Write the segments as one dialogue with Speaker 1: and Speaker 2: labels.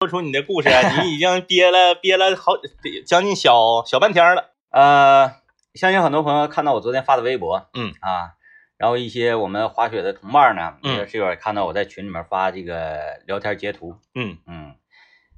Speaker 1: 说出你的故事，你已经憋了憋了好将近小小半天了。
Speaker 2: 呃，相信很多朋友看到我昨天发的微博，
Speaker 1: 嗯
Speaker 2: 啊，然后一些我们滑雪的同伴呢，
Speaker 1: 嗯
Speaker 2: 也是有看到我在群里面发这个聊天截图，
Speaker 1: 嗯
Speaker 2: 嗯，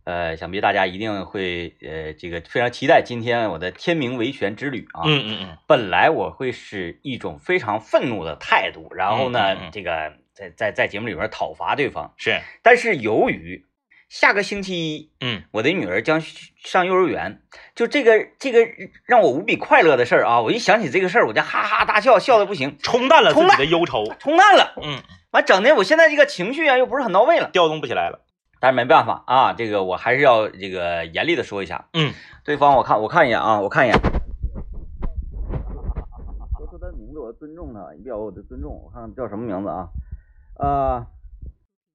Speaker 2: 呃，想必大家一定会呃这个非常期待今天我的天明维权之旅啊，
Speaker 1: 嗯嗯嗯，
Speaker 2: 本来我会是一种非常愤怒的态度，然后呢，
Speaker 1: 嗯嗯嗯
Speaker 2: 这个在在在节目里面讨伐对方，
Speaker 1: 是，
Speaker 2: 但是由于下个星期一，
Speaker 1: 嗯
Speaker 2: 我的女儿将去上幼儿园，就这个这个让我无比快乐的事儿啊！我一想起这个事儿，我就哈哈大笑，笑的不行，
Speaker 1: 冲淡了自
Speaker 2: 冲
Speaker 1: 己
Speaker 2: 淡
Speaker 1: 的忧愁，
Speaker 2: 冲淡了。
Speaker 1: 嗯，
Speaker 2: 完，整的我现在这个情绪啊，又不是很到位了。
Speaker 1: 调动不起来了。
Speaker 2: 但是没办法啊，这个我还是要这个严厉的说一下，
Speaker 1: 嗯，
Speaker 2: 对方我看我看一眼啊，我看一眼。说出他的名字，我尊重他，以表我的尊重。我看看叫什么名字啊？呃，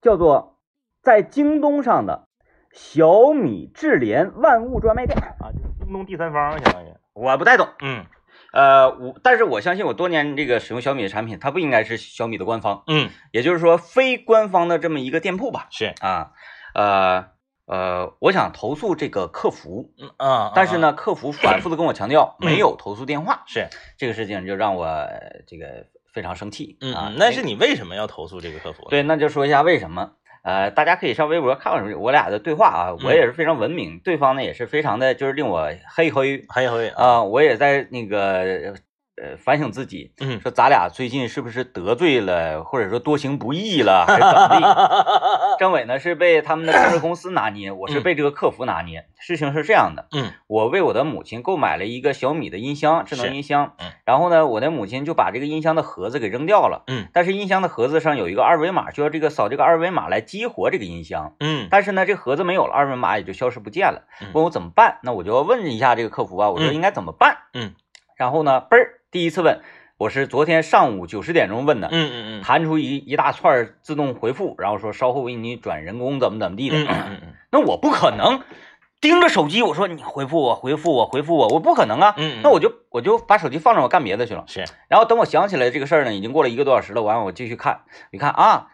Speaker 2: 叫做在京东上的小米智联万物专卖店。
Speaker 1: 啊，就是京东第三方相当于。
Speaker 2: 我不太懂，
Speaker 1: 嗯
Speaker 2: 呃，我但是我相信我多年这个使用小米的产品，它不应该是小米的官方，
Speaker 1: 嗯，
Speaker 2: 也就是说非官方的这么一个店铺吧。
Speaker 1: 是，
Speaker 2: 啊，呃呃，我想投诉这个客服，
Speaker 1: 嗯啊
Speaker 2: 但是，呢，客服反复的跟我强 调
Speaker 1: 嗯
Speaker 2: 没有投诉电话，
Speaker 1: 是，
Speaker 2: 这个事情就让我呃这个非常生气
Speaker 1: 嗯
Speaker 2: 啊
Speaker 1: 嗯，。那是你为什么要投诉这个客服？，
Speaker 2: 对，那就说一下为什么。呃，大家可以上微博看看我俩的对话啊，
Speaker 1: 嗯
Speaker 2: 我也是非常文明，对方呢也是非常的，就是令我嘿嘿
Speaker 1: 还有啊，
Speaker 2: 啊、我也在那个呃反省自己，
Speaker 1: 嗯，
Speaker 2: 说咱俩最近是不是得罪了，或者说多行不义了，还是怎么 地？政委呢是被他们的建设公司拿捏，我是被这个客服拿捏。事情是这样的，
Speaker 1: 嗯，
Speaker 2: 我为我的母亲购买了一个小米的音箱，智
Speaker 1: 是
Speaker 2: 能音箱，
Speaker 1: 嗯，
Speaker 2: 然后呢，我的母亲就把这个音箱的盒子给扔掉了，
Speaker 1: 嗯，
Speaker 2: 但是音箱的盒子上有一个二维码，需要这个扫这个二维码来激活这个音箱，
Speaker 1: 嗯
Speaker 2: 但是呢，这盒子没有了，二维码也就消失不见了
Speaker 1: 嗯。
Speaker 2: 问我怎么办？那我就要问一下这个客服啊，我说
Speaker 1: 嗯
Speaker 2: 应该怎么办？
Speaker 1: 嗯，
Speaker 2: 然后呢，嘣儿，第一次问，我是昨天上午九十点钟问的，
Speaker 1: 嗯嗯嗯，
Speaker 2: 弹出一一大串儿自动回复，然后说稍后为你转人工怎么怎么地的。
Speaker 1: 嗯嗯嗯
Speaker 2: 那我不可能盯着手机，我说你回复我，回复我，回复我，我不可能啊。
Speaker 1: 嗯，
Speaker 2: 那我就我就把手机放着，我干别的去了。
Speaker 1: 是，
Speaker 2: 然后等我想起来这个事儿呢，已经过了一个多小时了。完，我继续看，你看啊，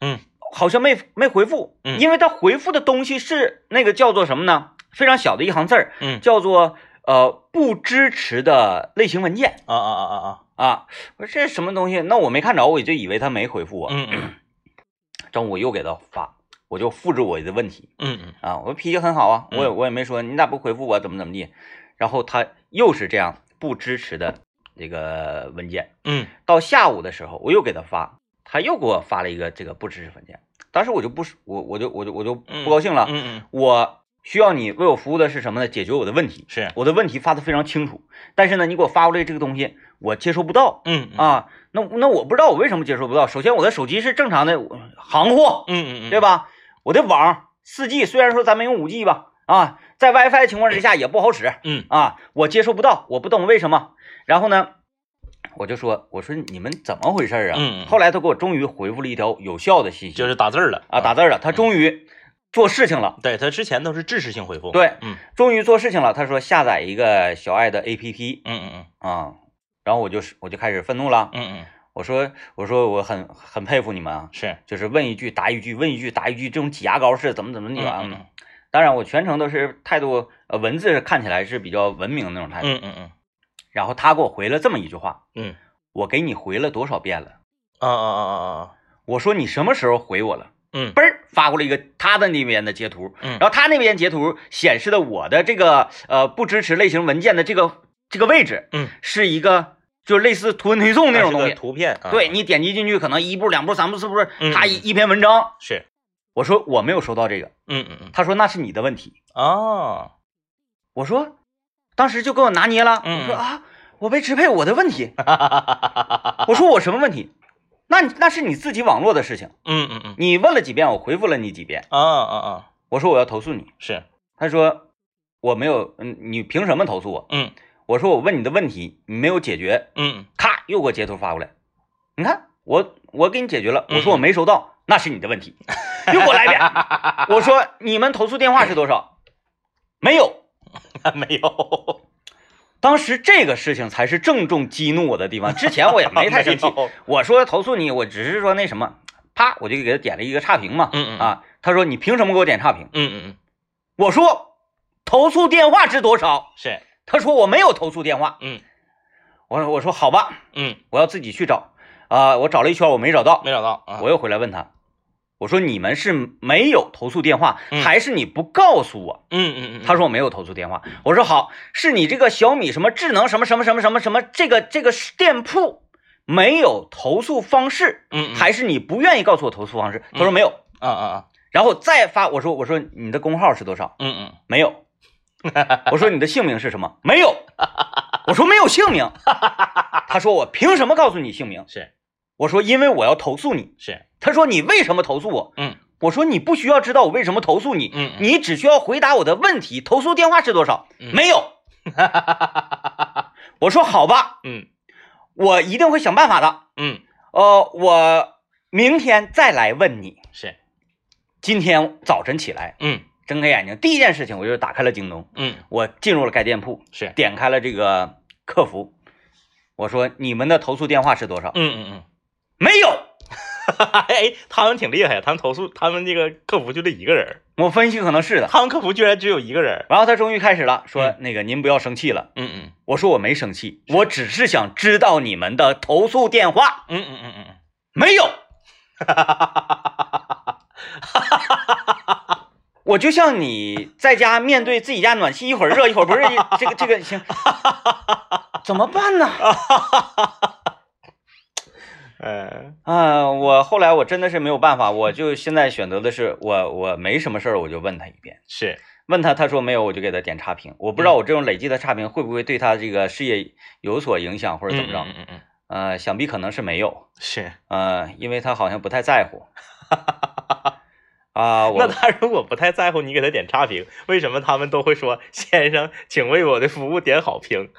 Speaker 1: 嗯，
Speaker 2: 好像没没回复，
Speaker 1: 嗯
Speaker 2: 因为他回复的东西是那个叫做什么呢？非常小的一行字儿，
Speaker 1: 嗯
Speaker 2: 叫做呃不支持的类型文件
Speaker 1: 啊啊啊啊啊，
Speaker 2: 啊。我说这什么东西？那我没看着，我就以为他没回复我。
Speaker 1: 嗯嗯
Speaker 2: 中午又给他发，我就复制我的问题
Speaker 1: 嗯嗯，
Speaker 2: 啊，我脾气很好啊，
Speaker 1: 嗯
Speaker 2: 我也我也没说你咋不回复我怎么怎么地，然后他又是这样不支持的这个文件，
Speaker 1: 嗯
Speaker 2: 到下午的时候我又给他发，他又给我发了一个这个不支持文件，当时我就不是我我就我就我就不高兴了，
Speaker 1: 嗯嗯
Speaker 2: 我需要你为我服务的是什么呢？解决我的问题，
Speaker 1: 是，
Speaker 2: 我的问题发的非常清楚，但是呢，你给我发过来这个东西，我接收不到。
Speaker 1: 嗯啊，
Speaker 2: 啊，那那我不知道我为什么接收不到。首先，我的手机是正常的我行货，
Speaker 1: 嗯嗯嗯，
Speaker 2: 对？吧？我的网四 G 虽然说咱们用五 G 吧，啊，在 WiFi 的情况之下也不好使
Speaker 1: 嗯
Speaker 2: 啊，我接收不到，我不懂为什么。然后呢，我就说，我说你们怎么回事啊？
Speaker 1: 嗯嗯
Speaker 2: 后来他给我终于回复了一条有效的信息，
Speaker 1: 就是打嗯字了
Speaker 2: 啊打字了，他终于做事情了，
Speaker 1: 对他之前都是支持性回复，
Speaker 2: 对
Speaker 1: 嗯
Speaker 2: 终于做事情了。他说下载一个小爱的 APP
Speaker 1: 嗯嗯
Speaker 2: 啊，然后我就是我就开始愤怒了，
Speaker 1: 嗯嗯嗯，
Speaker 2: 我说我说我很很佩服你们啊，
Speaker 1: 是，
Speaker 2: 就是问一句答一句，问一句答一句，这种挤牙膏式怎么怎么地啊？
Speaker 1: 嗯嗯嗯
Speaker 2: 当然，我全程都是态度，呃，文字看起来是比较文明的那种态度。
Speaker 1: 嗯嗯嗯
Speaker 2: 然后他给我回了这么一句话
Speaker 1: 嗯，：“
Speaker 2: 我给你回了多少遍了
Speaker 1: 啊啊啊啊啊，？”
Speaker 2: 我说：“你什么时候回我了？”
Speaker 1: 嗯
Speaker 2: 嘣儿发过来一个他的那边的截图，
Speaker 1: 嗯
Speaker 2: 然后他那边截图显示的我的这个呃不支持类型文件的这个这个位置
Speaker 1: 嗯，
Speaker 2: 是一个就是类似图文推送那种东西。
Speaker 1: 啊图片，
Speaker 2: 对你点击进去，可能一步、两步、三步、四步，
Speaker 1: 嗯
Speaker 2: 他一一篇文章，
Speaker 1: 是，
Speaker 2: 我说我没有收到这个，
Speaker 1: 嗯嗯嗯，
Speaker 2: 他说那是你的问题。
Speaker 1: 哦，
Speaker 2: 我说，当时就给我拿捏了。
Speaker 1: 嗯
Speaker 2: 我说啊，我被支配我的问题。我说我什么问题？那你那是你自己网络的事情，
Speaker 1: 嗯嗯嗯，
Speaker 2: 你问了几遍，我回复了你几遍。
Speaker 1: 啊啊啊，
Speaker 2: 我说我要投诉你，
Speaker 1: 是，
Speaker 2: 他说我没有，嗯，你凭什么投诉我？
Speaker 1: 嗯
Speaker 2: 我说我问你的问题你没有解决，
Speaker 1: 嗯
Speaker 2: 咔又给我截图发过来，你看我我给你解决了，
Speaker 1: 嗯
Speaker 2: 我说我没收到，那是你的问题，又给我来一遍，我说你们投诉电话是多少？没有，
Speaker 1: 没有，
Speaker 2: 当时这个事情才是正中激怒我的地方。之前我也没太生气
Speaker 1: 没有，
Speaker 2: 我说投诉你，我只是说那什么，啪我就给他点了一个差评嘛，
Speaker 1: 嗯嗯
Speaker 2: 啊，他说你凭什么给我点差评？
Speaker 1: 嗯嗯嗯，
Speaker 2: 我说投诉电话是多少？
Speaker 1: 是，
Speaker 2: 他说我没有投诉电话，
Speaker 1: 嗯
Speaker 2: 我说我说好吧，
Speaker 1: 嗯，
Speaker 2: 我要自己去找，啊、我找了一圈我没找到，
Speaker 1: 没找到啊，
Speaker 2: 我又回来问他，我说你们是没有投诉电话，
Speaker 1: 嗯
Speaker 2: 还是你不告诉我？
Speaker 1: 嗯嗯嗯，
Speaker 2: 他说我没有投诉电话。我说好，是你这个小米什么智能什么什么什么什么什么这个这个店铺没有投诉方式，
Speaker 1: 嗯嗯
Speaker 2: 还是你不愿意告诉我投诉方式？他说没有。
Speaker 1: 啊啊啊，
Speaker 2: 然后再发我说我说你的工号是多少？
Speaker 1: 嗯嗯
Speaker 2: 没 有。我说你的姓名是什么？没有。我说没有姓名。他说我凭什么告诉你姓名？
Speaker 1: 是
Speaker 2: 我说因为我要投诉你。
Speaker 1: 是，
Speaker 2: 他说你为什么投诉我？
Speaker 1: 嗯
Speaker 2: 我说你不需要知道我为什么投诉你，
Speaker 1: 嗯嗯
Speaker 2: 你只需要回答我的问题，投诉电话是多少？
Speaker 1: 嗯
Speaker 2: 没有。 我说好吧，
Speaker 1: 嗯
Speaker 2: 我一定会想办法的。
Speaker 1: 嗯
Speaker 2: 呃，我明天再来问你。
Speaker 1: 是，
Speaker 2: 今天早晨起来，
Speaker 1: 嗯
Speaker 2: 睁开眼睛，第一件事情我就是打开了京东，
Speaker 1: 嗯
Speaker 2: 我进入了该店铺，
Speaker 1: 是，嗯
Speaker 2: 点开了这个客服，我说你们的投诉电话是多少？
Speaker 1: 嗯嗯嗯。
Speaker 2: 没有。
Speaker 1: 哎，他们挺厉害，他们投诉他们这个客服就这一个人儿，
Speaker 2: 我分析可能是的。
Speaker 1: 他们客服居然只有一个人儿。
Speaker 2: 然后他终于开始了，说那个您不要生气了。
Speaker 1: 嗯嗯
Speaker 2: 我说我没生气，我只嗯是想知道你们的投诉电话。
Speaker 1: 嗯嗯嗯嗯
Speaker 2: 没 有，我就像你在家面对自己家暖气，一会儿热一会儿不热，这个这个行， 怎么办呢？
Speaker 1: 嗯，呃，
Speaker 2: 啊，我后来我真的是没有办法，我就现在选择的是我我没什么事儿，我就问他一遍，
Speaker 1: 是，
Speaker 2: 问他他说没有，我就给他点差评。我不
Speaker 1: 嗯
Speaker 2: 知道我这种累积的差评会不会对他这个事业有所影响或者怎么着
Speaker 1: 嗯？嗯嗯嗯，
Speaker 2: 呃，想必可能是没有，
Speaker 1: 是。
Speaker 2: 呃，因为他好像不太在乎。 啊，
Speaker 1: 那
Speaker 2: 我
Speaker 1: 他如果不太在乎你给他点差评，为什么他们都会说先生，请为我的服务点好评？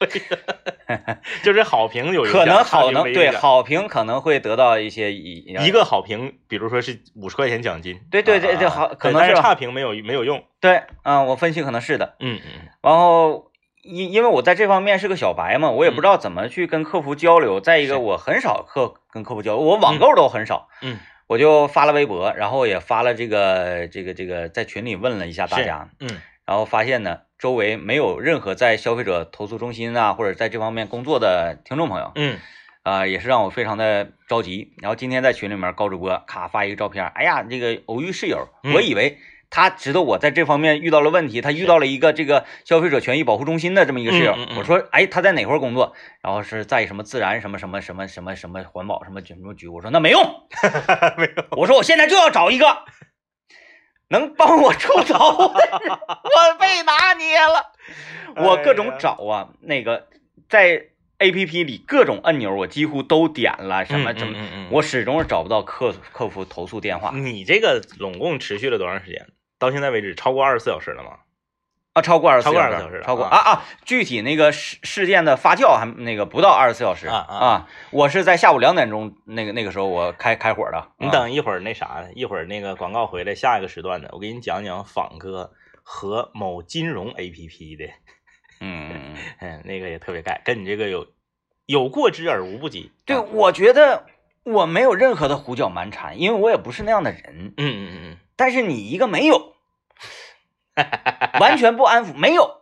Speaker 1: 就是好评有影响
Speaker 2: 可能
Speaker 1: 差
Speaker 2: 好
Speaker 1: 评
Speaker 2: 能
Speaker 1: 没影
Speaker 2: 对
Speaker 1: 响
Speaker 2: 好评可能会得到一些一
Speaker 1: 一个好评，比如说是五十块钱奖金。
Speaker 2: 对对对
Speaker 1: 啊
Speaker 2: 对
Speaker 1: 啊
Speaker 2: 好
Speaker 1: 对
Speaker 2: 可能
Speaker 1: 但是
Speaker 2: 是吧
Speaker 1: 差评没有没有用。
Speaker 2: 对，嗯、我分析可能是的。
Speaker 1: 嗯嗯
Speaker 2: 然后因因为我在这方面是个小白嘛，我也不知道怎么去跟客服交流。再
Speaker 1: 嗯
Speaker 2: 一
Speaker 1: 是
Speaker 2: 个，我很少客跟客服交流，我网购都很少。
Speaker 1: 嗯
Speaker 2: 我就发了微博，然后也发了这个这个这个，在群里问了一下大
Speaker 1: 是
Speaker 2: 家，
Speaker 1: 嗯
Speaker 2: 然后发现呢，周围没有任何在消费者投诉中心啊，或者在这方面工作的听众朋友，
Speaker 1: 嗯
Speaker 2: 啊、也是让我非常的着急。然后今天在群里面高主播咔发一个照片，哎呀，这个偶遇室友，
Speaker 1: 嗯
Speaker 2: 我以为他知道我在这方面遇到了问题，他遇到了一个这个消费者权益保护中心的这么一个室友。
Speaker 1: 嗯嗯嗯
Speaker 2: 我说，哎，他在哪块儿工作？然后是在什么自然什么什么什么什么什么环保什么什么局？我说那没用，
Speaker 1: 嗯 没有。
Speaker 2: 我说我现在就要找一个能帮我出 头的人，我被拿捏了。我各
Speaker 1: 哎
Speaker 2: 种
Speaker 1: 呀
Speaker 2: 找啊，那个在 A P P 里各种按钮我几乎都点了，什么
Speaker 1: 嗯
Speaker 2: 什
Speaker 1: 嗯
Speaker 2: 么，
Speaker 1: 嗯嗯
Speaker 2: 我始终是找不到客客服投诉电话
Speaker 1: 你这个总共持续了多长时间？到现在为止超过二十四小时了吗？
Speaker 2: 啊，超过二十
Speaker 1: 超
Speaker 2: 四
Speaker 1: 过
Speaker 2: 小
Speaker 1: 24小时
Speaker 2: 时，超过
Speaker 1: 啊
Speaker 2: 啊啊，具体那个事事件的发酵还那个不到二十四小时
Speaker 1: 啊啊
Speaker 2: 啊，我是在下午两点钟那个那个时候我开开火的，啊
Speaker 1: 你等一会儿那啥，一会儿那个广告回来，下一个时段的，我给你讲讲仿哥和某金融 APP 的，
Speaker 2: 嗯。嗯嗯
Speaker 1: 嗯，那个也特别盖，跟你这个有有过之而无不及。
Speaker 2: 对，
Speaker 1: 啊
Speaker 2: 我觉得我没有任何的胡搅蛮缠，因为我也不是那样的人。
Speaker 1: 嗯嗯嗯嗯，
Speaker 2: 但是你一个没有，完全不安抚，没有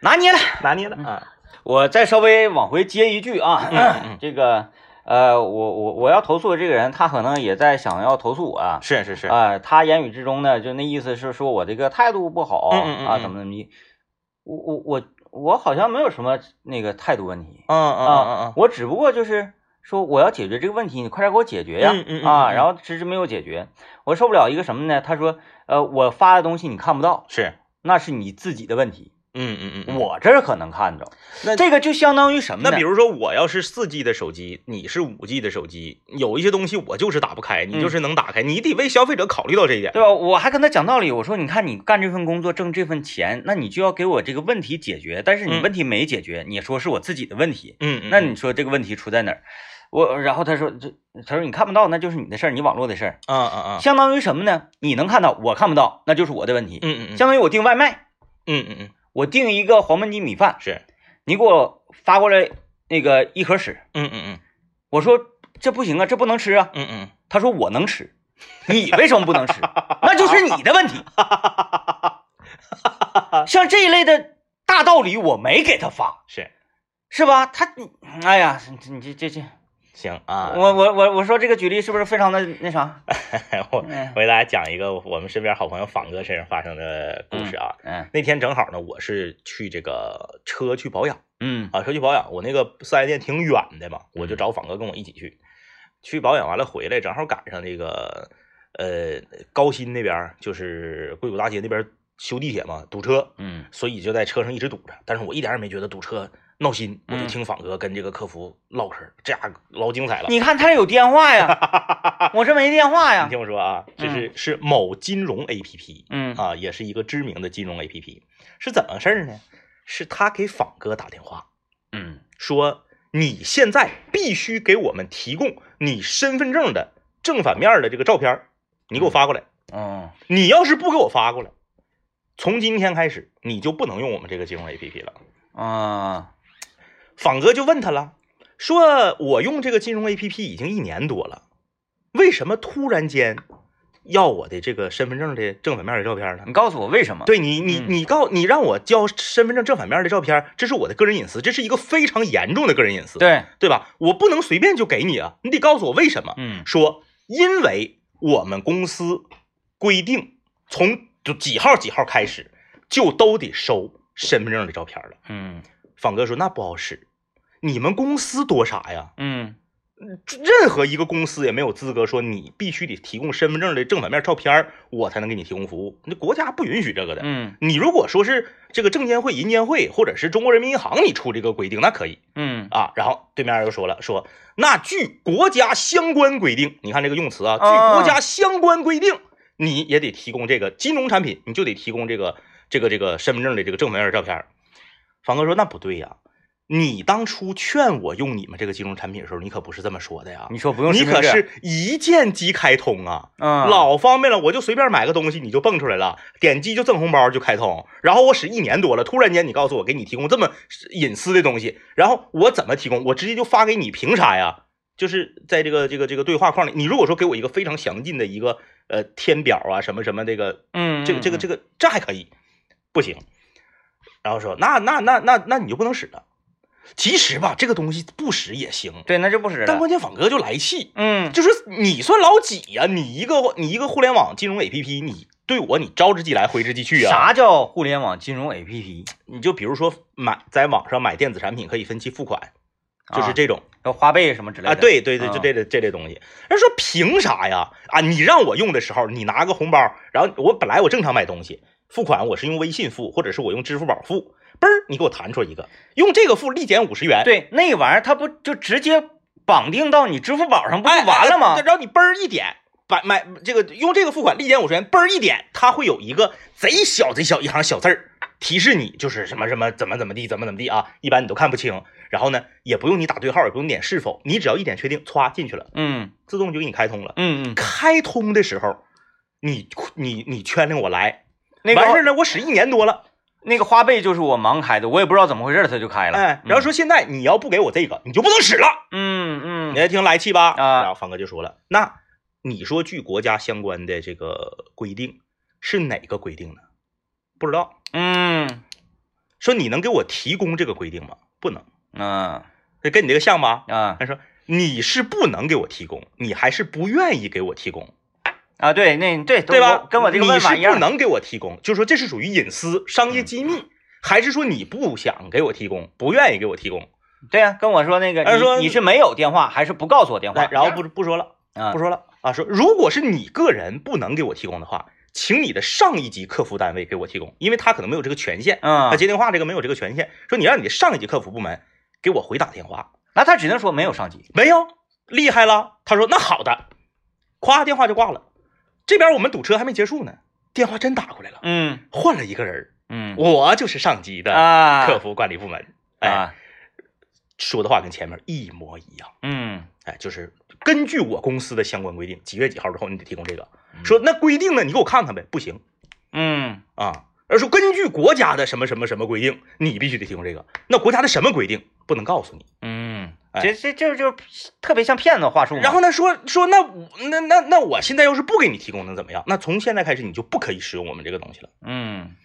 Speaker 2: 拿捏了。
Speaker 1: 拿捏了啊，
Speaker 2: 我再稍微往回接一句啊，
Speaker 1: 嗯嗯嗯
Speaker 2: 这个呃，我我我要投诉的这个人，他可能也在想要投诉我啊。
Speaker 1: 是是是，
Speaker 2: 啊、他言语之中呢，就那意思是说我这个态度不好
Speaker 1: 嗯嗯嗯
Speaker 2: 啊，
Speaker 1: 嗯
Speaker 2: 怎么怎么地。我我我我好像没有什么那个态度问题。
Speaker 1: 嗯嗯
Speaker 2: 啊
Speaker 1: 嗯，
Speaker 2: 我只不过就是说我要解决这个问题，你快点给我解决呀！
Speaker 1: 嗯嗯嗯
Speaker 2: 啊，
Speaker 1: 嗯
Speaker 2: 然后迟迟没有解决，我受不了一个什么呢？他说，呃，我发的东西你看不到，
Speaker 1: 是，
Speaker 2: 那是你自己的问题，
Speaker 1: 嗯嗯嗯，
Speaker 2: 我这儿可能看着。
Speaker 1: 那
Speaker 2: 这个就相当于什么呢？
Speaker 1: 那比如说我要是四 G 的手机，你是五 G 的手机，有一些东西我就是打不开，你就是能打开，你得为消费者考虑到这一点。
Speaker 2: 嗯对吧？我还跟他讲道理，我说你看你干这份工作挣这份钱，那你就要给我这个问题解决，但是你
Speaker 1: 嗯
Speaker 2: 问题没解决，你说是我自己的问题，
Speaker 1: 嗯，嗯
Speaker 2: 那你说这个问题出在哪儿？我然后他说这，他说你看不到，那就是你的事儿，你网络的事儿。
Speaker 1: 嗯嗯嗯
Speaker 2: 相当于什么呢？你能看到，我看不到，那就是我的问题。
Speaker 1: 嗯嗯嗯，
Speaker 2: 相当于我订外卖，
Speaker 1: 嗯嗯嗯
Speaker 2: 我订一个黄焖鸡米饭，
Speaker 1: 是，
Speaker 2: 你给我发过来那个一盒屎，
Speaker 1: 嗯嗯嗯
Speaker 2: 我说这不行啊，这不能吃啊，
Speaker 1: 嗯嗯
Speaker 2: 他说我能 吃，你为什么不能吃？那就是你的问题。像这一类的大道理，我没给他发，
Speaker 1: 是
Speaker 2: 是吧？他，哎呀，你这这这，
Speaker 1: 行啊，
Speaker 2: 我我我我说这个举例是不是非常的那啥？
Speaker 1: 我
Speaker 2: 嗯
Speaker 1: 我给大家讲一个我们身边好朋友仿哥身上发生的故事啊。
Speaker 2: 嗯
Speaker 1: 那天正好呢，我是去这个车去保养
Speaker 2: 嗯
Speaker 1: 啊，车去保养，我那个四 S 店挺远的嘛，我就
Speaker 2: 嗯
Speaker 1: 找仿哥跟我一起去。去保养完了回来，正好赶上这个呃高新那边儿就是硅谷大街那边儿修地铁嘛，堵车，
Speaker 2: 嗯
Speaker 1: 所以就在车上一直堵着。但是我一点儿也没觉得堵车闹心，我就
Speaker 2: 嗯
Speaker 1: 听仿哥跟这个客服唠嗑儿，这家老精彩了。
Speaker 2: 你看他有电话 呀，我这没电话呀
Speaker 1: 你。听我说啊，这是是某金融 APP
Speaker 2: 嗯
Speaker 1: 啊，也是一个知名的金融 APP，是怎么回事儿呢？是他给仿哥打电话
Speaker 2: 嗯
Speaker 1: 说，你现在必须给我们提供你身份证的正反面的这个照片儿，你给我发过来。
Speaker 2: 哦
Speaker 1: 你要是不给我发过来，从今天开始你就不能用我们这个金融 APP 了。
Speaker 2: 啊
Speaker 1: 仿哥就问他了，说我用这个金融 APP 已经一年多了，为什么突然间要我的这个身份证的正反面的照片呢？
Speaker 2: 你告诉我为什么？
Speaker 1: 对你，你
Speaker 2: 嗯
Speaker 1: 你告你让我交身份证正反面的照片，这是我的个人隐私，这是一个非常严重的个人隐私，
Speaker 2: 对，
Speaker 1: 对吧？我不能随便就给你啊，你得告诉我为什么。
Speaker 2: 嗯
Speaker 1: 说因为我们公司规定，从就几号几号开始就都得收身份证的照片了。
Speaker 2: 嗯
Speaker 1: 仿哥说那不好使，你们公司多傻呀！
Speaker 2: 嗯
Speaker 1: 任何一个公司也没有资格说你必须得提供身份证的正反面照片儿，我才能给你提供服务。那国家不允许这个的。
Speaker 2: 嗯
Speaker 1: 你如果说是这个证监会、银监会或者是中国人民银行，你出这个规定，那可以
Speaker 2: 嗯
Speaker 1: 啊。然后对面又说了，说那据国家相关规定，你看这个用词啊，
Speaker 2: 啊
Speaker 1: 据国家相关规定，你也得提供这个金融产品，你就得提供这个这个这个身份证的这个正反面照片儿。房哥说那不对呀、你当初劝我用你们这个金融产品的时候，你可不是这么说的呀
Speaker 2: 你。说不用
Speaker 1: 你
Speaker 2: 身份
Speaker 1: 可
Speaker 2: 证
Speaker 1: 是一键即开通啊！
Speaker 2: 嗯
Speaker 1: 老方便了，我就随便买个东西你就蹦出来了，点击就赠红包就开通。然后我使一年多了，突然间你告诉我给你提供这么隐私的东西，然后我怎么提供？我直接就发给你，凭啥呀？就是在这个这个这个对话框里，你如果说给我一个非常详尽的一个呃填表啊什么什么这个
Speaker 2: 嗯
Speaker 1: 这个这个这
Speaker 2: 个
Speaker 1: 个这还可以，不行。然后说那那那那那你就不能使了。其实吧，这个东西不使也行，
Speaker 2: 对，那就不使
Speaker 1: 但
Speaker 2: 了。
Speaker 1: 关键仿哥就来气。
Speaker 2: 嗯
Speaker 1: 就是你算老几呀、你一个你一个互联网金融 APP，你对我你招之即来挥之即去啊！？
Speaker 2: 啥叫互联网金融 APP？
Speaker 1: 你就比如说买在网上买电子产品可以分期付款，就
Speaker 2: 啊
Speaker 1: 是这种
Speaker 2: 要花呗什么之类
Speaker 1: 啊
Speaker 2: 的
Speaker 1: 对对对，就
Speaker 2: 啊
Speaker 1: 这类这类东西。人说凭啥呀？啊，你让我用的时候，你拿个红包，然后我本来我正常买东西付款，我是用微信付，或者是我用支付宝付，嘣儿你给我弹出一个，用这个付立减五十元，
Speaker 2: 对那玩意儿，它不就直接绑定到你支付宝上，不就完了吗？
Speaker 1: 哎然后你嘣儿一点，把买这个用这个付款立减五十元，嘣儿一点，它会有一个贼小贼小一行小字儿提示你，就是什么什么怎么怎么地怎么怎么地啊，一般你都看不清。然后呢，也不用你打对号，也不用点是否，你只要一点确定，歘进去了，
Speaker 2: 嗯
Speaker 1: 自动就给你开通了。
Speaker 2: 嗯嗯，
Speaker 1: 开通的时候，你你你圈领我来，
Speaker 2: 那
Speaker 1: 完事儿
Speaker 2: 个
Speaker 1: 呢，我使一年多了，
Speaker 2: 那个花呗就是我盲开的，我也不知道怎么回事，它就开了。嗯
Speaker 1: 哎，然后说现在你要不给我这个，你就不能使了。
Speaker 2: 嗯，嗯
Speaker 1: 你
Speaker 2: 嗯，
Speaker 1: 还挺来气吧？
Speaker 2: 啊
Speaker 1: 然后方哥就说了，那你说据国家相关的这个规定是哪个规定呢？不知道。
Speaker 2: 嗯
Speaker 1: 说你能给我提供这个规定吗？不能。
Speaker 2: 嗯
Speaker 1: 这跟你这个像吧？
Speaker 2: 啊
Speaker 1: 他说你是不能给我提供，你还是不愿意给我提供，
Speaker 2: 啊，对，那对
Speaker 1: 对吧？
Speaker 2: 跟我这个问法一
Speaker 1: 你是
Speaker 2: 样嗯
Speaker 1: 不。能给我提供，就说这是属于隐私、商业机密，还是说你不想给我提供，不愿意给我提供？
Speaker 2: 对呀、跟我说那个，
Speaker 1: 他
Speaker 2: 你
Speaker 1: 说
Speaker 2: 你是没有电话，还是不告诉我电话
Speaker 1: 来，？然后不不说了。
Speaker 2: 啊
Speaker 1: 不，说了啊，说如果是你个人不能给我提供的话，请你的上一级客服单位给我提供，因为他可能没有这个权限，
Speaker 2: 嗯
Speaker 1: 他，接电话这个没有这个权限。说你让你的上一级客服部门给我回打电话，
Speaker 2: 那他只能说没有上级。
Speaker 1: 没有，厉害了。他说那好的，夸电话就挂了。这边我们堵车还没结束呢，电话真打过来了，
Speaker 2: 嗯
Speaker 1: 换了一个人儿，
Speaker 2: 嗯
Speaker 1: 我就是上级的
Speaker 2: 啊，
Speaker 1: 客服管理部门，哎，
Speaker 2: 啊，
Speaker 1: 说的话跟前面一模一样。
Speaker 2: 嗯
Speaker 1: 哎，就是根据我公司的相关规定，几月几号之后你得提供这个。
Speaker 2: 嗯
Speaker 1: 说那规定呢，你给我看看呗，不行
Speaker 2: 嗯
Speaker 1: 啊。而说根据国家的什么什么什么规定，你必须得提供这个。那国家的什么规定不能告诉你？
Speaker 2: 嗯，
Speaker 1: 哎
Speaker 2: 这这这就特别像骗子话术嘛。
Speaker 1: 然后呢，说说那我那那那我现在要是不给你提供能怎么样？那从现在开始你就不可以使用我们这个东西了。
Speaker 2: 嗯，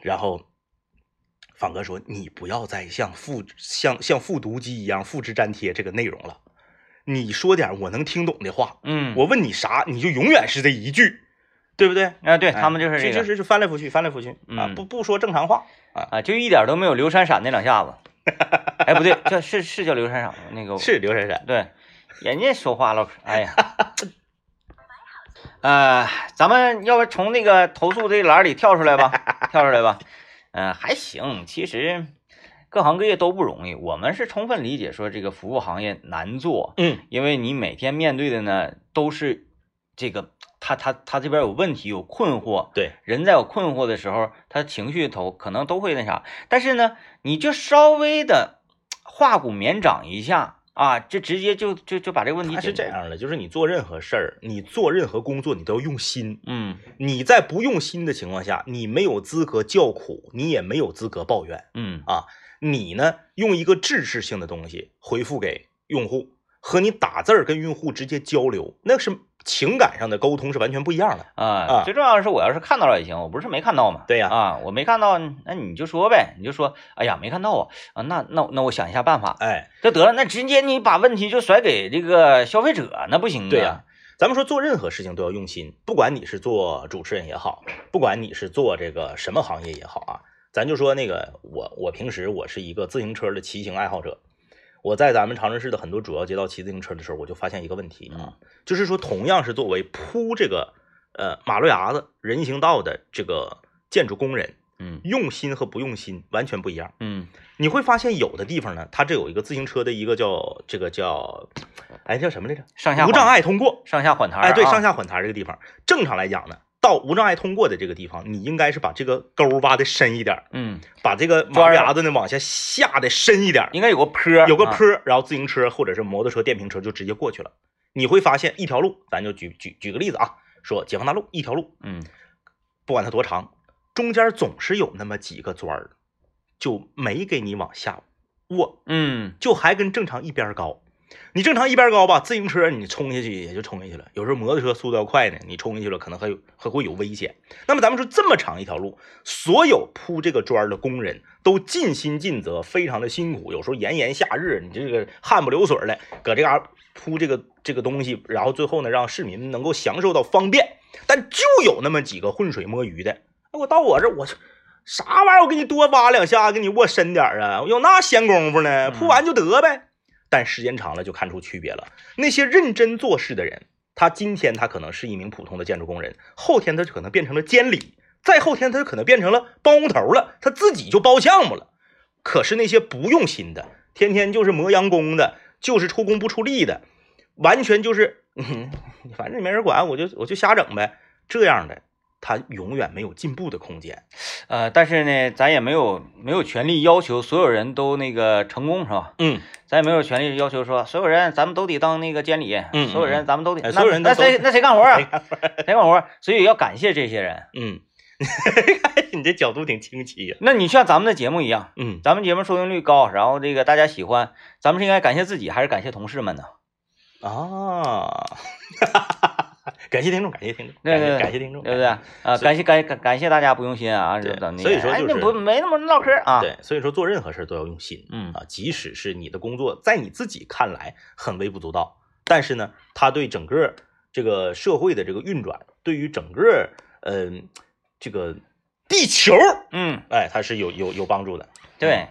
Speaker 1: 然后，方哥说你不要再像复像像复读机一样复制粘贴这个内容了，你说点我能听懂的话。
Speaker 2: 嗯，
Speaker 1: 我问你啥，你就永远是这一句，对不对？
Speaker 2: 啊，对
Speaker 1: 哎
Speaker 2: 他们就是这
Speaker 1: 就
Speaker 2: 个
Speaker 1: 是是翻来覆去，翻来覆去啊，
Speaker 2: 嗯
Speaker 1: 不不说正常话。
Speaker 2: 啊，就一点都没有刘珊珊那两 下子。哎，不对，叫是是叫刘珊珊吗？那个
Speaker 1: 是刘珊珊，
Speaker 2: 对，人家说话唠嗑，哎呀，呃，咱们要不从那个投诉这栏里跳出来吧，跳出来吧，嗯、还行，其实各行各业都不容易，我们是充分理解说这个服务行业难做，
Speaker 1: 嗯
Speaker 2: 因为你每天面对的呢都是这个他他他这边有问题有困惑，
Speaker 1: 对，
Speaker 2: 人在有困惑的时候，他情绪头可能都会那啥，但是呢，你就稍微的化骨绵掌一下啊，就直接就就就把这个问题
Speaker 1: 他
Speaker 2: 解
Speaker 1: 是这
Speaker 2: 决。
Speaker 1: 样的，就是你做任何事儿，你做任何工作，你都要用心。
Speaker 2: 嗯
Speaker 1: 你在不用心的情况下，你没有资格叫苦，你也没有资格抱怨。
Speaker 2: 嗯
Speaker 1: 你呢，用一个知识性的东西回复给用户，和你打字儿跟用户直接交流，那是情感上的沟通是完全不一样的。
Speaker 2: 啊，
Speaker 1: 啊
Speaker 2: 最重要的是，我要是看到了也行，我不是没看到嘛。
Speaker 1: 对呀
Speaker 2: 啊，我没看到，那你就说呗，你就说，哎呀，没看到啊，啊，那那那我想一下办法，
Speaker 1: 哎，
Speaker 2: 就得了，那直接你把问题就甩给这个消费者，那不行啊。
Speaker 1: 对呀、咱们说做任何事情都要用心，不管你是做主持人也好，不管你是做这个什么行业也好啊，咱就说那个我我平时我是一个自行车的骑行爱好者，我在咱们长春市的很多主要街道骑自行车的时候，我就发现一个问题啊，
Speaker 2: 嗯
Speaker 1: 就是说同样是作为铺这个呃马路牙子人行道的这个建筑工人，
Speaker 2: 嗯
Speaker 1: 用心和不用心完全不一样。
Speaker 2: 嗯
Speaker 1: 你会发现有的地方呢，它这有一个自行车的一个叫这个叫，哎叫什么来着？
Speaker 2: 上下
Speaker 1: 无
Speaker 2: 缓
Speaker 1: 障碍通过。
Speaker 2: 上下缓台、啊，
Speaker 1: 哎，对，上下缓台这个地方，正常来讲呢，到无障碍通过的这个地方，你应该是把这个沟挖的深一点儿，
Speaker 2: 嗯，
Speaker 1: 把这个马路牙子呢往下下的深一点儿，
Speaker 2: 应该有个坡，
Speaker 1: 有个
Speaker 2: 啊
Speaker 1: 坡儿，然后自行车或者是摩托车、电瓶车就直接过去了。你会发现一条路，咱就举举举个例子啊，说解放大路一条路，
Speaker 2: 嗯
Speaker 1: 不管它多长，中间总是有那么几个砖儿，就没给你往下握，
Speaker 2: 嗯
Speaker 1: 就还跟正常一边儿高。你正常一边儿高吧，自行车你冲下去也就冲下去了。有时候摩托车速度要快呢，你冲下去了可能还有还会有危险。那么咱们说这么长一条路，所有铺这个砖儿的工人都尽心尽责，非常的辛苦。有时候炎炎夏日，你这个汗不流水儿的，搁这嘎儿铺这个这个东西，然后最后呢让市民能够享受到方便。但就有那么几个浑水摸鱼的，哎，我到我这儿我就啥玩意儿？我给你多挖两下，给你握深点儿啊！我有那闲工夫呢，
Speaker 2: 嗯
Speaker 1: 铺完就得呗。但时间长了就看出区别了。那些认真做事的人，他今天他可能是一名普通的建筑工人，后天他就可能变成了监理，再后天他就可能变成了包工头了，他自己就包项目了。可是那些不用心的，天天就是磨洋工的，就是出工不出力的，完全就是，嗯，反正没人管，我就我就瞎整呗。这样的，他永远没有进步的空间。
Speaker 2: 呃，但是呢，咱也没有没有权利要求所有人都那个成功是吧？
Speaker 1: 嗯，
Speaker 2: 咱也没有权利要求说所有人咱们都得当那个监理，
Speaker 1: 嗯
Speaker 2: 所有人咱们都得，
Speaker 1: 哎
Speaker 2: 那
Speaker 1: 所有人都
Speaker 2: 那谁
Speaker 1: 都
Speaker 2: 那谁干活啊？谁干活儿？所以要感谢这些人。
Speaker 1: 嗯， 你这角度挺清晰呀、
Speaker 2: 那你像咱们的节目一样，
Speaker 1: 嗯，
Speaker 2: 咱们节目收听率高，然后这个大家喜欢，咱们是应该感谢自己还是感谢同事们呢？
Speaker 1: 啊， 感谢听众，感谢听众，
Speaker 2: 对
Speaker 1: 感
Speaker 2: 对
Speaker 1: 谢
Speaker 2: 对，
Speaker 1: 感谢听众，
Speaker 2: 对不对？啊、感谢感感感谢大家不用心啊，
Speaker 1: 对
Speaker 2: 等那
Speaker 1: 所以
Speaker 2: 个
Speaker 1: 说
Speaker 2: 哎
Speaker 1: 就
Speaker 2: 那
Speaker 1: 是
Speaker 2: 不没那么唠嗑啊。
Speaker 1: 感谢？对，所以说做任何事儿都要用心
Speaker 2: 嗯
Speaker 1: 啊，即使是你的工作在你自己看来很微不足道，但是呢，它对整个这个社会的这个运转，对于整个嗯、这个地球，
Speaker 2: 嗯。
Speaker 1: 哎，它是有有有帮助的。
Speaker 2: 对，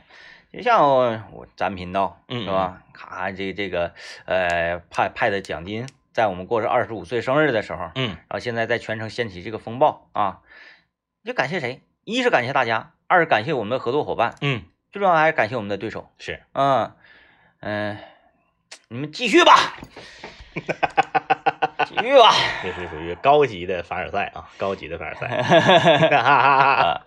Speaker 2: 就像我我咱们频道
Speaker 1: 嗯
Speaker 2: 是吧？咔、这这个呃派派的奖金，在我们过着二十五岁生日的时候，然
Speaker 1: 嗯，
Speaker 2: 后现在在全城掀起这个风暴啊，就感谢谁？一是感谢大家，二是感谢我们的合作伙伴，
Speaker 1: 嗯，
Speaker 2: 最重要还是感谢我们的对手。
Speaker 1: 是，
Speaker 2: 嗯嗯、你们继续吧，继续吧。
Speaker 1: 这是属于高级的凡尔赛啊，高级的凡尔 赛。
Speaker 2: 啊，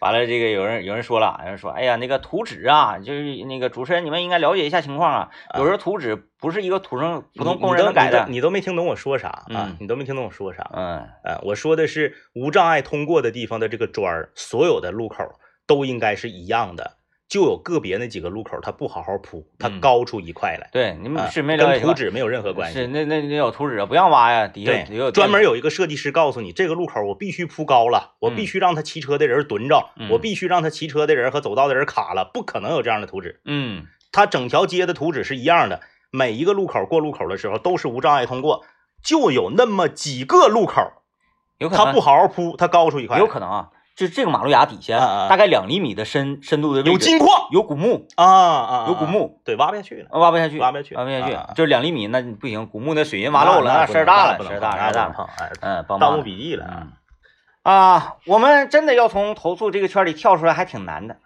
Speaker 2: 完了，这个有人有人说了，有人说，哎呀，那个图纸啊，就是那个主持人，你们应该了解一下情况啊。有时候图纸不是一个土生普通工人能改的
Speaker 1: 你都，你都没听懂我说啥啊
Speaker 2: 嗯？
Speaker 1: 你都没听懂我说啥？
Speaker 2: 嗯
Speaker 1: 呃，我说的是无障碍通过的地方的这个砖儿，所有的路口都应该是一样的，就有个别那几个路口它不好好铺，它
Speaker 2: 嗯
Speaker 1: 高出一块来，
Speaker 2: 对，你们
Speaker 1: 啊
Speaker 2: 是没了解
Speaker 1: 跟
Speaker 2: 过
Speaker 1: 图纸没有任何关系。
Speaker 2: 是那那那有图纸啊，不让挖呀，底下有有
Speaker 1: 对，专门有一个设计师告诉你，这个路口我必须铺高了，我必须让他骑车的人蹲着，
Speaker 2: 嗯
Speaker 1: 我必须让他骑车的人和走道的人卡了，不可能有这样的图纸。
Speaker 2: 嗯
Speaker 1: 它整条街的图纸是一样的，每一个路口过路口的时候都是无障碍通过，就有那么几个路口，
Speaker 2: 有可能
Speaker 1: 它不好好铺，它高出一块来，
Speaker 2: 有可能啊，就这个马路牙底下、
Speaker 1: 啊啊啊
Speaker 2: 大概两厘米的深深度的位置
Speaker 1: 有金矿
Speaker 2: 有古墓，
Speaker 1: 啊啊，啊
Speaker 2: 有古，墓。
Speaker 1: 对，挖不下去了。
Speaker 2: 啊挖不下去，
Speaker 1: 挖不下去
Speaker 2: 挖不下
Speaker 1: 啊啊
Speaker 2: 去，就是两厘米，那你不行。古墓那水银挖漏了，
Speaker 1: 那
Speaker 2: 事儿大了，
Speaker 1: 不能
Speaker 2: 事儿大，
Speaker 1: 碰
Speaker 2: 事儿大
Speaker 1: 那不能碰
Speaker 2: 了。
Speaker 1: 哎，
Speaker 2: 嗯，帮
Speaker 1: 盗墓
Speaker 2: 忙了。
Speaker 1: 笔记了啊。
Speaker 2: 嗯啊，我们真的要从投诉这个圈里跳出来还挺难的。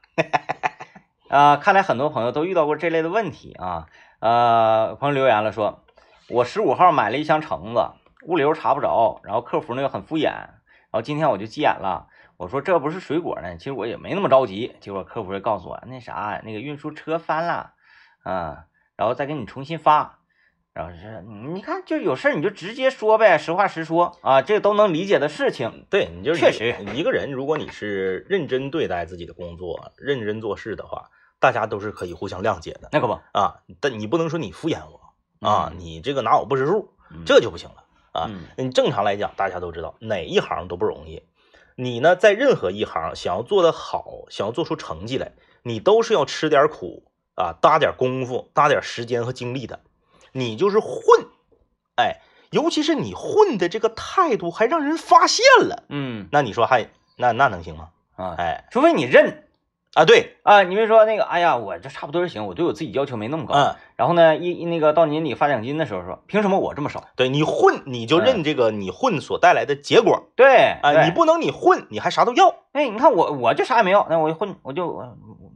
Speaker 2: 啊，看来很多朋友都遇到过这类的问题啊。呃，朋友留言了说，我十五号买了一箱橙子，物流查不着，然后客服呢又很敷衍，然后今天我就急眼了。我说这不是水果呢，其实我也没那么着急。结果客服就告诉我，那啥，那个运输车翻了，啊，然后再给你重新发。然后是，嗯你看，就有事儿你就直接说呗，实话实说啊，这都能理解的事情。
Speaker 1: 对，你就是
Speaker 2: 确
Speaker 1: 一个一个人，如果你是认真对待自己的工作，认真做事的话，大家都是可以互相谅解的
Speaker 2: 那可不，
Speaker 1: 啊。但你不能说你敷衍我啊，
Speaker 2: 嗯
Speaker 1: 你这个拿我不识数，
Speaker 2: 这
Speaker 1: 这就不行了。啊
Speaker 2: 嗯
Speaker 1: 嗯，正常来讲，大家都知道哪一行都不容易。你呢，在任何一行想要做得好，想要做出成绩来，你都是要吃点苦啊，搭点功夫，搭点时间和精力的。你就是混，哎，尤其是你混的这个态度还让人发现了，
Speaker 2: 嗯
Speaker 1: 那你说还那那能行吗？
Speaker 2: 啊，
Speaker 1: 哎
Speaker 2: 除非你认
Speaker 1: 啊，对，
Speaker 2: 啊，你别说那个，哎呀，我这差不多就行，我对我自己要求没那么高。
Speaker 1: 嗯，
Speaker 2: 然后呢，一一那个到年底发奖金的时候说，凭什么我这么少？
Speaker 1: 对你混你就认这个你混所带来的结果
Speaker 2: 对
Speaker 1: 啊、
Speaker 2: 对
Speaker 1: 你不能你混你还啥都要，
Speaker 2: 哎，你看我我就啥也没有，那我就混我就我我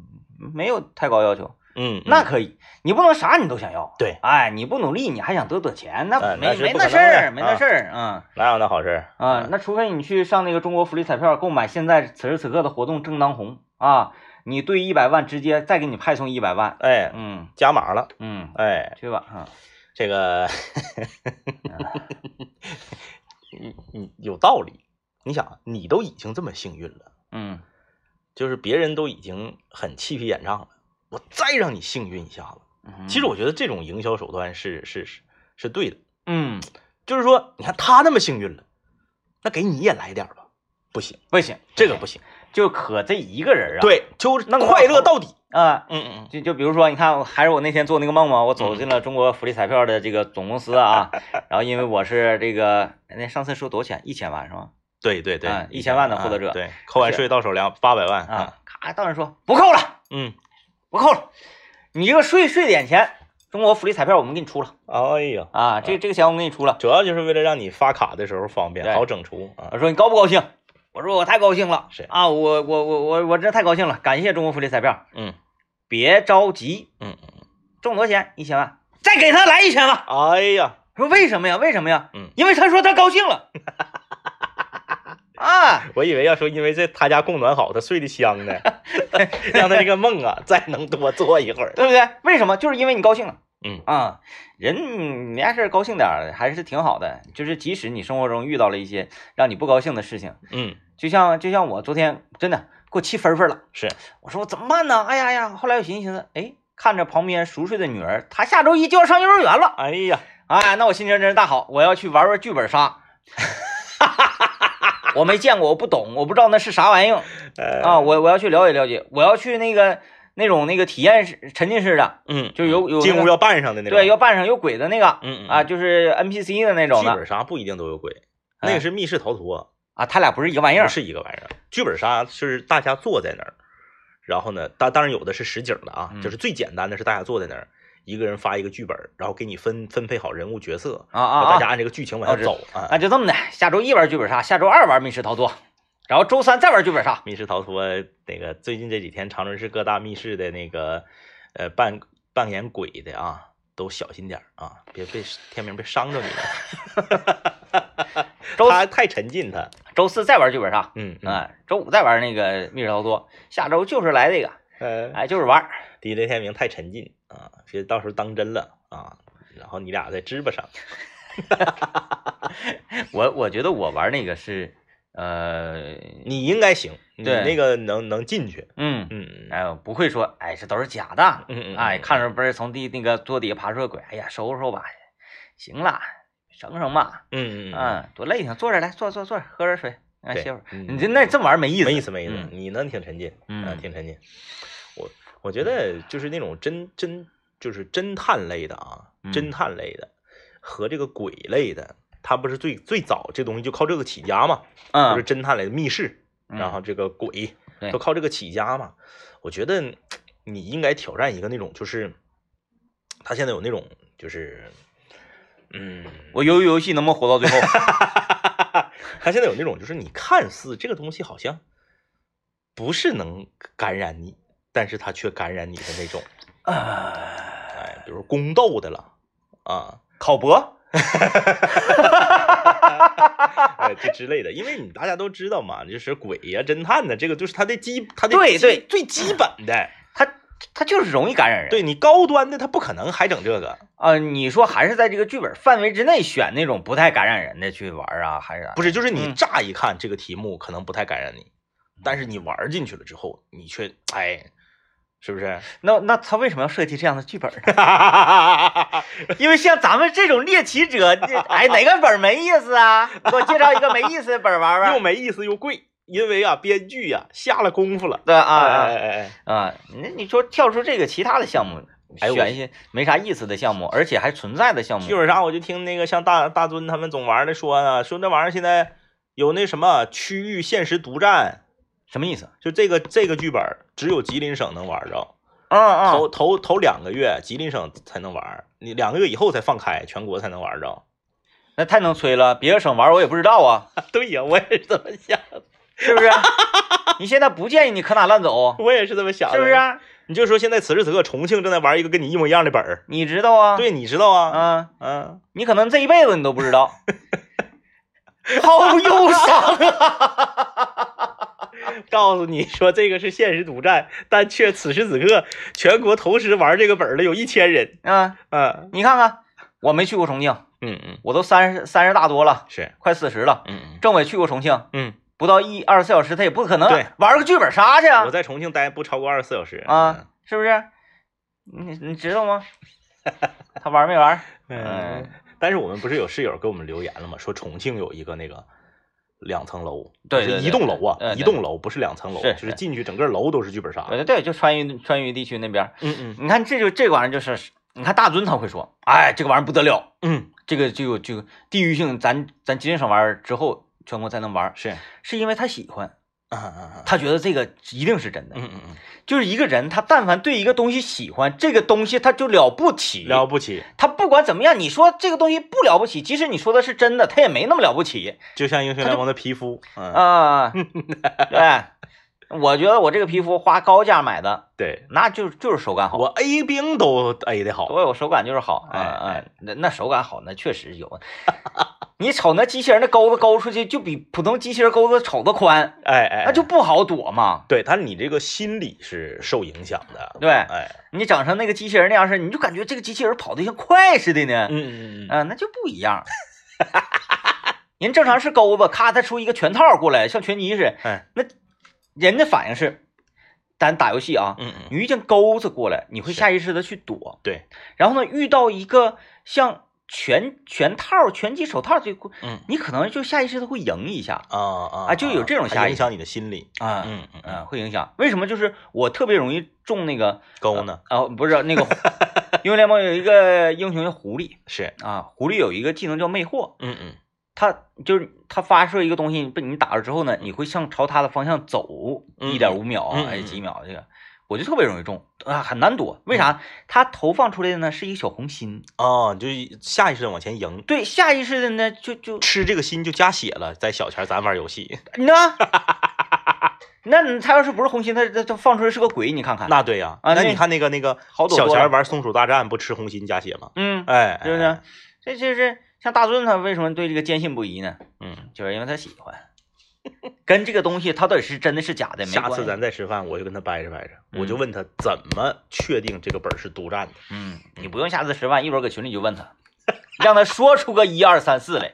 Speaker 2: 没有太高要求，
Speaker 1: 嗯，
Speaker 2: 那可以。你不能啥你都想要，
Speaker 1: 对
Speaker 2: 哎，你不努力你还想得得钱，那
Speaker 1: 哎
Speaker 2: 没、
Speaker 1: 那是
Speaker 2: 没
Speaker 1: 不
Speaker 2: 那
Speaker 1: 可
Speaker 2: 事
Speaker 1: 能的
Speaker 2: 儿，没那
Speaker 1: 啊
Speaker 2: 事儿，嗯。
Speaker 1: 哪有那好事儿
Speaker 2: 啊，那除非你去上那个中国福利彩票购买现在此时此刻的活动正当红啊，你兑一百万直接再给你派送一百万，
Speaker 1: 哎，
Speaker 2: 嗯
Speaker 1: 加码了，
Speaker 2: 嗯，
Speaker 1: 哎。
Speaker 2: 去吧啊，
Speaker 1: 这 个，你你嗯有道理。你想，啊你都已经这么幸运了，
Speaker 2: 嗯
Speaker 1: 就是别人都已经很气皮眼胀了，我再让你幸运一下子。
Speaker 2: 嗯，
Speaker 1: 其实我觉得这种营销手段是是是是对的，
Speaker 2: 嗯
Speaker 1: 就是说，你看他那么幸运了，那给你也来点儿吧，不行，
Speaker 2: 不行，
Speaker 1: 这个不行。
Speaker 2: 就可这一个人啊，
Speaker 1: 对，就是
Speaker 2: 哎弄个
Speaker 1: 快乐到底。
Speaker 2: 啊。
Speaker 1: 嗯嗯
Speaker 2: 就就比如说，你看，还是我那天做那个梦嘛，我走进了中国福利彩票的这个总公司啊，然后因为我是这个，那上次说多少钱？一千万是吗？
Speaker 1: 对对对
Speaker 2: 啊，1000万的获得者
Speaker 1: 啊对，扣完税到手两八百万。
Speaker 2: 啊，咔，到人说不扣了，
Speaker 1: 嗯，
Speaker 2: 不扣了，你这个税税点钱，中国福利彩票我们给你出了。
Speaker 1: 哎呀，
Speaker 2: 啊，这这个钱我给你出了。
Speaker 1: 主要就是为了让你发卡的时候方便，
Speaker 2: 对
Speaker 1: 好整除啊。
Speaker 2: 我说你高不高兴？我说我太高兴了，
Speaker 1: 是
Speaker 2: 啊，我我我我我真太高兴了，感谢中国福利彩票。
Speaker 1: 嗯。
Speaker 2: 别着急，
Speaker 1: 嗯
Speaker 2: 中多少钱？一千万，再给他来一千万。
Speaker 1: 哎呀，
Speaker 2: 说为什么呀？为什么呀？
Speaker 1: 嗯，
Speaker 2: 因为他说他高兴了。啊，
Speaker 1: 我以为要说因为这他家供暖好，他睡得香 呢，让他这个梦啊 再能多做一会儿。
Speaker 2: 对不对？为什么？就是因为你高兴了。
Speaker 1: 嗯
Speaker 2: 啊，人没啥事儿高兴点儿还是挺好的。就是即使你生活中遇到了一些让你不高兴的事情，
Speaker 1: 嗯，
Speaker 2: 就像就像我昨天真的给我气愤愤了。
Speaker 1: 是，
Speaker 2: 我说我怎么办呢？哎呀呀！后来我寻思寻思，哎，看着旁边熟睡的女儿，她下周一就要上幼儿园了，
Speaker 1: 哎呀，
Speaker 2: 哎，那我心情真是大好，我要去玩玩剧本杀。 我没见过，我不懂，我不知道那是啥玩意儿
Speaker 1: 呃，
Speaker 2: 啊！我我要去了解了解，我要去那个那种那个体验式沉浸式的，
Speaker 1: 嗯，
Speaker 2: 就是有有那个
Speaker 1: 进屋要扮上的那种，
Speaker 2: 对，要扮上有鬼的那个
Speaker 1: 嗯嗯
Speaker 2: 啊，，就是 NPC 的那种
Speaker 1: 剧
Speaker 2: 的
Speaker 1: 本杀不一定都有鬼，
Speaker 2: 哎
Speaker 1: 那个是密室逃脱，
Speaker 2: 啊，他俩不是一个玩意
Speaker 1: 不
Speaker 2: 儿，
Speaker 1: 是一个玩意儿。剧本杀是大家坐在那儿，然后呢，当当然有的是实景的啊
Speaker 2: 嗯，
Speaker 1: 就是最简单的是大家坐在那儿，一个人发一个剧本，然后给你分分配好人物角色，
Speaker 2: 啊啊
Speaker 1: 然后
Speaker 2: 啊
Speaker 1: 大！家按这个剧情
Speaker 2: 啊
Speaker 1: 往
Speaker 2: 这
Speaker 1: 下走啊。
Speaker 2: 啊，就这么的，下周一玩剧本杀，下周二玩密室逃脱，然后周三再玩剧本杀。
Speaker 1: 密室逃脱那个最近这几天长春市各大密室的那个呃扮扮演鬼的啊，都小心点儿啊，别被天明别伤着你 了。
Speaker 2: 周
Speaker 1: 他太沉浸他，
Speaker 2: 周四再玩剧本杀，
Speaker 1: 嗯嗯
Speaker 2: 啊，周五再玩那个密室逃脱，下周就是来这个，
Speaker 1: 呃，
Speaker 2: 哎，就是玩儿。
Speaker 1: 地雷天明太沉浸啊，别到时候当真了啊，然后你俩在支巴上，
Speaker 2: 我我觉得我玩那个是呃，
Speaker 1: 你应该行，你
Speaker 2: 对
Speaker 1: 那个能能进去，
Speaker 2: 嗯，
Speaker 1: 嗯
Speaker 2: 哎，我不会说，哎，这都是假的，
Speaker 1: 嗯
Speaker 2: 哎，看着不是从地那个桌底下爬出个鬼，哎呀，收拾收拾吧，行了，省省吧，
Speaker 1: 嗯嗯嗯，
Speaker 2: 嗯，多累挺，坐着来，坐坐坐着，喝点水，哎，
Speaker 1: 对
Speaker 2: 歇会儿，
Speaker 1: 嗯
Speaker 2: 你这那这玩意儿没意思，
Speaker 1: 没意思没意思，
Speaker 2: 嗯
Speaker 1: 你能挺沉浸，
Speaker 2: 嗯
Speaker 1: 啊挺沉浸。我我觉得就是那种侦侦就是侦探类的啊，
Speaker 2: 嗯
Speaker 1: 侦探类的和这个鬼类的，它不是最最早这东西就靠这个起家嘛，就
Speaker 2: 嗯
Speaker 1: 是，侦探类的密室，
Speaker 2: 嗯
Speaker 1: 然后这个鬼
Speaker 2: 对
Speaker 1: 都靠这个起家嘛。我觉得你应该挑战一个那种，就是他现在有那种，就是嗯，
Speaker 2: 我游游戏能不能活到最后？
Speaker 1: 他现在有那种，就是你看似这个东西好像不是能感染你，但是它却感染你的那种，
Speaker 2: 啊
Speaker 1: 哎，比如宫斗的了啊，
Speaker 2: 考博，
Speaker 1: 哎，这之类的，因为你大家都知道嘛，就是鬼呀、侦探的这个，就是它的基，它的
Speaker 2: 对
Speaker 1: 基
Speaker 2: 对
Speaker 1: 最基本的，
Speaker 2: 他他就是容易感染人，
Speaker 1: 对你高端的，他不可能还整这个，
Speaker 2: 啊，你说还是在这个剧本范围之内选那种不太感染人的去玩儿啊，还是
Speaker 1: 不是，就是你
Speaker 2: 嗯
Speaker 1: 乍一看这个题目可能不太感染你，但是你玩进去了之后，你却哎，是不是？
Speaker 2: 那那他为什么要设计这样的剧本呢？ 因为像咱们这种猎奇者，这哎，哪个本儿没意思啊？给我介绍一个没意思的本儿玩
Speaker 1: 又
Speaker 2: 玩。
Speaker 1: 没意思又贵，因为啊，编剧呀、下了功夫了。
Speaker 2: 对
Speaker 1: 哎
Speaker 2: 啊
Speaker 1: 哎哎哎，
Speaker 2: 啊啊！那你说跳出这个其他的项目，
Speaker 1: 哎我
Speaker 2: 选一些没啥意思的项目，而且还存在的项目，
Speaker 1: 剧本杀我就听那个像大大尊他们总玩的说呢，说那玩意儿现在有那什么啊区域限时独占，
Speaker 2: 什么意思？
Speaker 1: 就这个这个剧本只有吉林省能玩着，
Speaker 2: 嗯嗯
Speaker 1: 头头头两个月吉林省才能玩，你两个月以后才放开，全国才能玩着。
Speaker 2: 那太能吹了，别的省玩儿我也不知道啊，
Speaker 1: 对呀，我也是这么想的。
Speaker 2: 是不 是？你现在不建议你可哪 乱走，啊
Speaker 1: 我也是这么想的，
Speaker 2: 是不是啊？
Speaker 1: 你就说现在此时此刻重庆正在玩一个跟你一模一样的本儿，
Speaker 2: 你知道啊？
Speaker 1: 对，你知道啊？
Speaker 2: 啊，
Speaker 1: 嗯，
Speaker 2: 你可能这一辈子你都不知道， 好忧伤啊！
Speaker 1: 告诉你说这个是现实独占，但却此时此刻全国同时玩这个本儿的有一千人。
Speaker 2: 啊，
Speaker 1: 嗯
Speaker 2: 你看看，我没去过重庆，
Speaker 1: 嗯嗯，
Speaker 2: 我都三十三十大多了，
Speaker 1: 是，
Speaker 2: 快四十了。
Speaker 1: 嗯
Speaker 2: 政委去过重庆，
Speaker 1: 嗯
Speaker 2: 不到一二十四小时，他也不可能
Speaker 1: 对
Speaker 2: 玩个剧本杀去
Speaker 1: 嗯，我嗯
Speaker 2: 啊，
Speaker 1: 在重庆待不超过二十四小时
Speaker 2: 啊，是不是？你你知道吗？他玩没 玩？
Speaker 1: 嗯，但是我们不是有室友给我们留言了吗？说重庆有一个那个。两层楼，
Speaker 2: 对对
Speaker 1: 是
Speaker 2: 对
Speaker 1: 一栋楼啊，
Speaker 2: 对对
Speaker 1: 一栋楼不是两层楼，
Speaker 2: 是
Speaker 1: 就是哎是进去整个楼都是剧本杀。
Speaker 2: 对对，就川渝川渝地区那边，
Speaker 1: 嗯嗯
Speaker 2: 你看这就这个玩意儿就是，你看大尊他会说，哎，这个玩意儿不得了，
Speaker 1: 嗯，
Speaker 2: 这个就有这个地域性，咱咱吉林省玩儿之后，全国才能玩儿，
Speaker 1: 是，
Speaker 2: 是因为他喜欢，
Speaker 1: 啊啊啊，
Speaker 2: 他觉得这个一定是真的。
Speaker 1: 嗯嗯嗯，
Speaker 2: 就是一个人，他但凡对一个东西喜欢，这个东西他就了不起。
Speaker 1: 了不起，
Speaker 2: 他不管怎么样，你说这个东西不了不起，即使你说的是真的，他也没那么了不起
Speaker 1: 就像英雄联盟的皮肤，嗯，
Speaker 2: 啊。对，我觉得我这个皮肤花高价买的，
Speaker 1: 对，
Speaker 2: 那就就是手感好。
Speaker 1: 我 A 兵都 A 的好，
Speaker 2: 所以我手感就是好，
Speaker 1: 哎
Speaker 2: 嗯
Speaker 1: 哎
Speaker 2: 嗯，那那手感好，那确实有。 你瞅那机器人的钩子勾出去，就比普通机器人钩子瞅着宽，
Speaker 1: 哎哎，
Speaker 2: 那就不好躲嘛。
Speaker 1: 对他，你这个心理是受影响的，
Speaker 2: 对
Speaker 1: 哎，
Speaker 2: 你整成那个机器人那样式儿，你就感觉这个机器人跑得像快似的呢。
Speaker 1: 嗯嗯嗯，
Speaker 2: 啊，那就不一样。 人正常是钩子，咔，他出一个拳套过来，像拳击似的。
Speaker 1: 哎，
Speaker 2: 那人的反应是，咱打游戏啊，
Speaker 1: 嗯嗯，
Speaker 2: 你遇见钩子过来，你会
Speaker 1: 是
Speaker 2: 下意识的去躲。
Speaker 1: 对，
Speaker 2: 然后呢，遇到一个像拳拳套、拳击手套这个，
Speaker 1: 嗯
Speaker 2: 你可能就下意识的会迎一下
Speaker 1: 啊啊
Speaker 2: 啊就有这种
Speaker 1: 它
Speaker 2: 下意识
Speaker 1: 影响你的心理，
Speaker 2: 啊
Speaker 1: 嗯嗯嗯，
Speaker 2: 啊，会影响。为什么？就是我特别容易中那个
Speaker 1: 高呢
Speaker 2: 啊、不 是那个，英雄联盟有一个英雄叫狐狸
Speaker 1: 是，
Speaker 2: 啊，狐狸有一个技能叫魅惑，
Speaker 1: 嗯嗯
Speaker 2: 它就是它发射一个东西被你打了之后呢，你会向朝它的方向走
Speaker 1: 嗯
Speaker 2: 一点五秒啊，
Speaker 1: 嗯嗯
Speaker 2: 哎
Speaker 1: 嗯嗯
Speaker 2: 几秒这个，我就特别容易中啊，很难躲。为啥？它投放出来的呢是一个小红心，
Speaker 1: 哦，你就下意识的往前迎，
Speaker 2: 对，下意识的呢就就
Speaker 1: 吃这个心就加血了，在小前咱玩游戏，
Speaker 2: 那， 那它要是不是红心，它它它放出来是个鬼，你看看，
Speaker 1: 那对呀，
Speaker 2: 啊
Speaker 1: 那
Speaker 2: 那
Speaker 1: 你看那个那个
Speaker 2: 好躲
Speaker 1: 小
Speaker 2: 多了
Speaker 1: 前玩松鼠大战不吃红心加血吗？
Speaker 2: 嗯，
Speaker 1: 哎，
Speaker 2: 是不
Speaker 1: 哎？
Speaker 2: 是？这这这像大尊他为什么对这个坚信不疑呢？
Speaker 1: 嗯，
Speaker 2: 就是因为他喜欢，跟这个东西它到底是真的是假的没
Speaker 1: 下
Speaker 2: 关系
Speaker 1: 次咱再吃饭，我就跟他掰扯掰扯，
Speaker 2: 嗯
Speaker 1: 我就问他怎么确定这个本儿是独占的。
Speaker 2: 嗯，你不用下次吃饭，一会儿搁群里就问他，让他说出个一二三四来。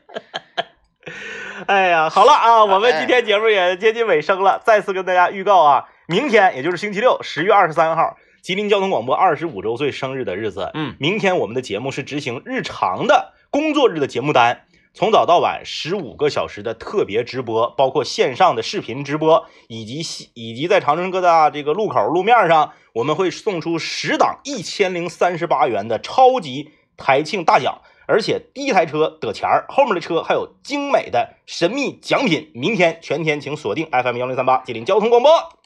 Speaker 1: 哎呀，好了啊，我们今天节目也接近尾声了，再次跟大家预告啊，明天也就是星期六，十月二十三号，吉林交通广播二十五周岁生日的日子，
Speaker 3: 嗯，
Speaker 1: 明天我们的节目是执行日常的工作日的节目单，从早到晚十五个小时的特别直播，包括线上的视频直播，以及西以及在长春各大这个路口路面上，我们会送出十档一千零三十八元的超级台庆大奖。而且第一台车得钱儿，后面的车还有精美的神秘奖品。明天全天请锁定 FM 幺零三八吉林交通广播。